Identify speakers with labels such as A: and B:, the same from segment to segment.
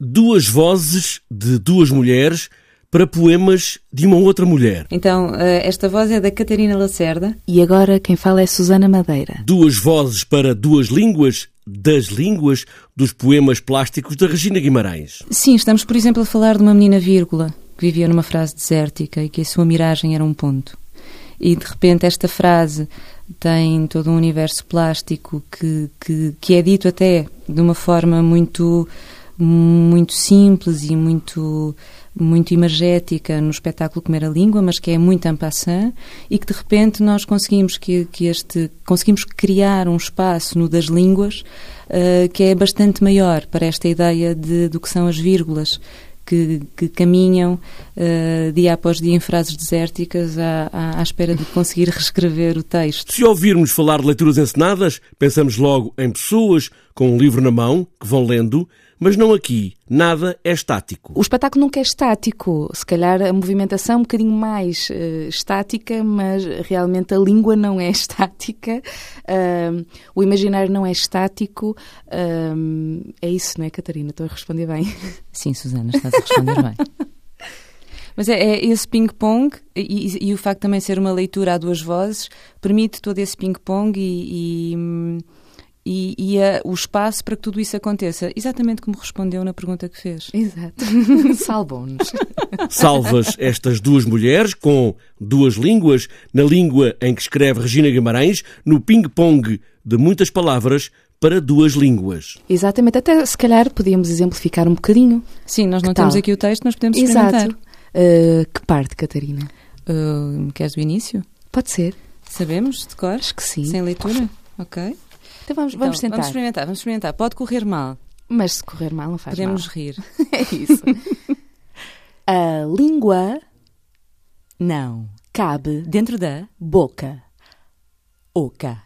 A: duas vozes de duas mulheres para poemas de uma outra mulher.
B: Então, eh, esta voz é da Catarina Lacerda.
C: E agora quem fala é Susana Madeira.
A: Duas vozes para duas línguas das línguas dos poemas plásticos da Regina Guimarães.
B: Sim, estamos, por exemplo, a falar de uma menina vírgula que vivia numa frase desértica e que a sua miragem era um ponto. E de repente esta frase tem todo um universo plástico que, que, que é dito até de uma forma muito muito simples e muito muito imagética no espetáculo Comer a Língua, mas que é muito en passant e que de repente nós conseguimos que, que este conseguimos criar um espaço no das línguas eh, que é bastante maior para esta ideia de, do que são as vírgulas que, que caminham eh, dia após dia em frases desérticas à, à, à espera de conseguir reescrever o texto.
A: Se ouvirmos falar de leituras encenadas, pensamos logo em pessoas com um livro na mão que vão lendo, mas não aqui. Nada é estático.
C: O espetáculo nunca é estático, se calhar a movimentação é um bocadinho mais eh, estática, mas realmente a língua não é estática, ahm, o imaginário não é estático. ahm, é isso, não é, Catarina? Estou a responder bem.
B: Sim, Susana, estás a responder bem. Mas é, é esse ping-pong e, e- e o facto de também ser uma leitura a duas vozes permite todo esse ping-pong e, e, e- e a- o espaço para que tudo isso aconteça. Exatamente como respondeu na pergunta que fez.
C: Exato. Salvou-nos.
A: Salvas estas duas mulheres com duas línguas, na língua em que escreve Regina Guimarães, no ping-pong de muitas palavras para duas línguas.
C: Exatamente. Até se calhar podíamos exemplificar um bocadinho.
B: Sim, nós
C: Que
B: não temos
C: tal?
B: aqui o texto, nós podemos experimentar.
C: Exato. Ah, que parte, Catarina?
B: Ah, queres do início?
C: Pode ser.
B: Sabemos de cor?
C: Acho que sim.
B: Sem leitura? Ok.
C: Então vamos, vamos
B: Então,
C: tentar.
B: Vamos experimentar, vamos experimentar. Pode correr mal,
C: Mas se correr mal, não faz
B: podemos rir.
C: mal. É isso. A língua
B: Não.
C: cabe
B: Dentro da
C: boca.
B: oca.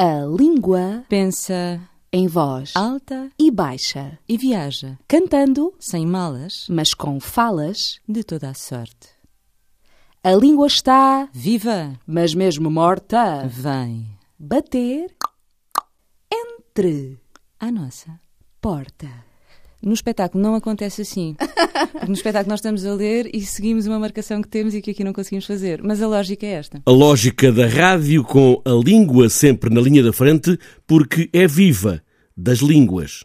C: A língua
B: Pensa
C: em voz
B: alta
C: e baixa,
B: e viaja,
C: cantando,
B: sem malas,
C: mas com falas.
B: de toda a sorte.
C: A língua está,
B: Viva!
C: mas mesmo morta.
B: Vem!
C: Bater entre
B: À nossa.
C: porta.
B: No espetáculo não acontece assim. Porque no espetáculo nós estamos a ler e seguimos uma marcação que temos e que aqui não conseguimos fazer. Mas a lógica é esta.
A: A lógica da rádio com a língua sempre na linha da frente, porque é viva das línguas.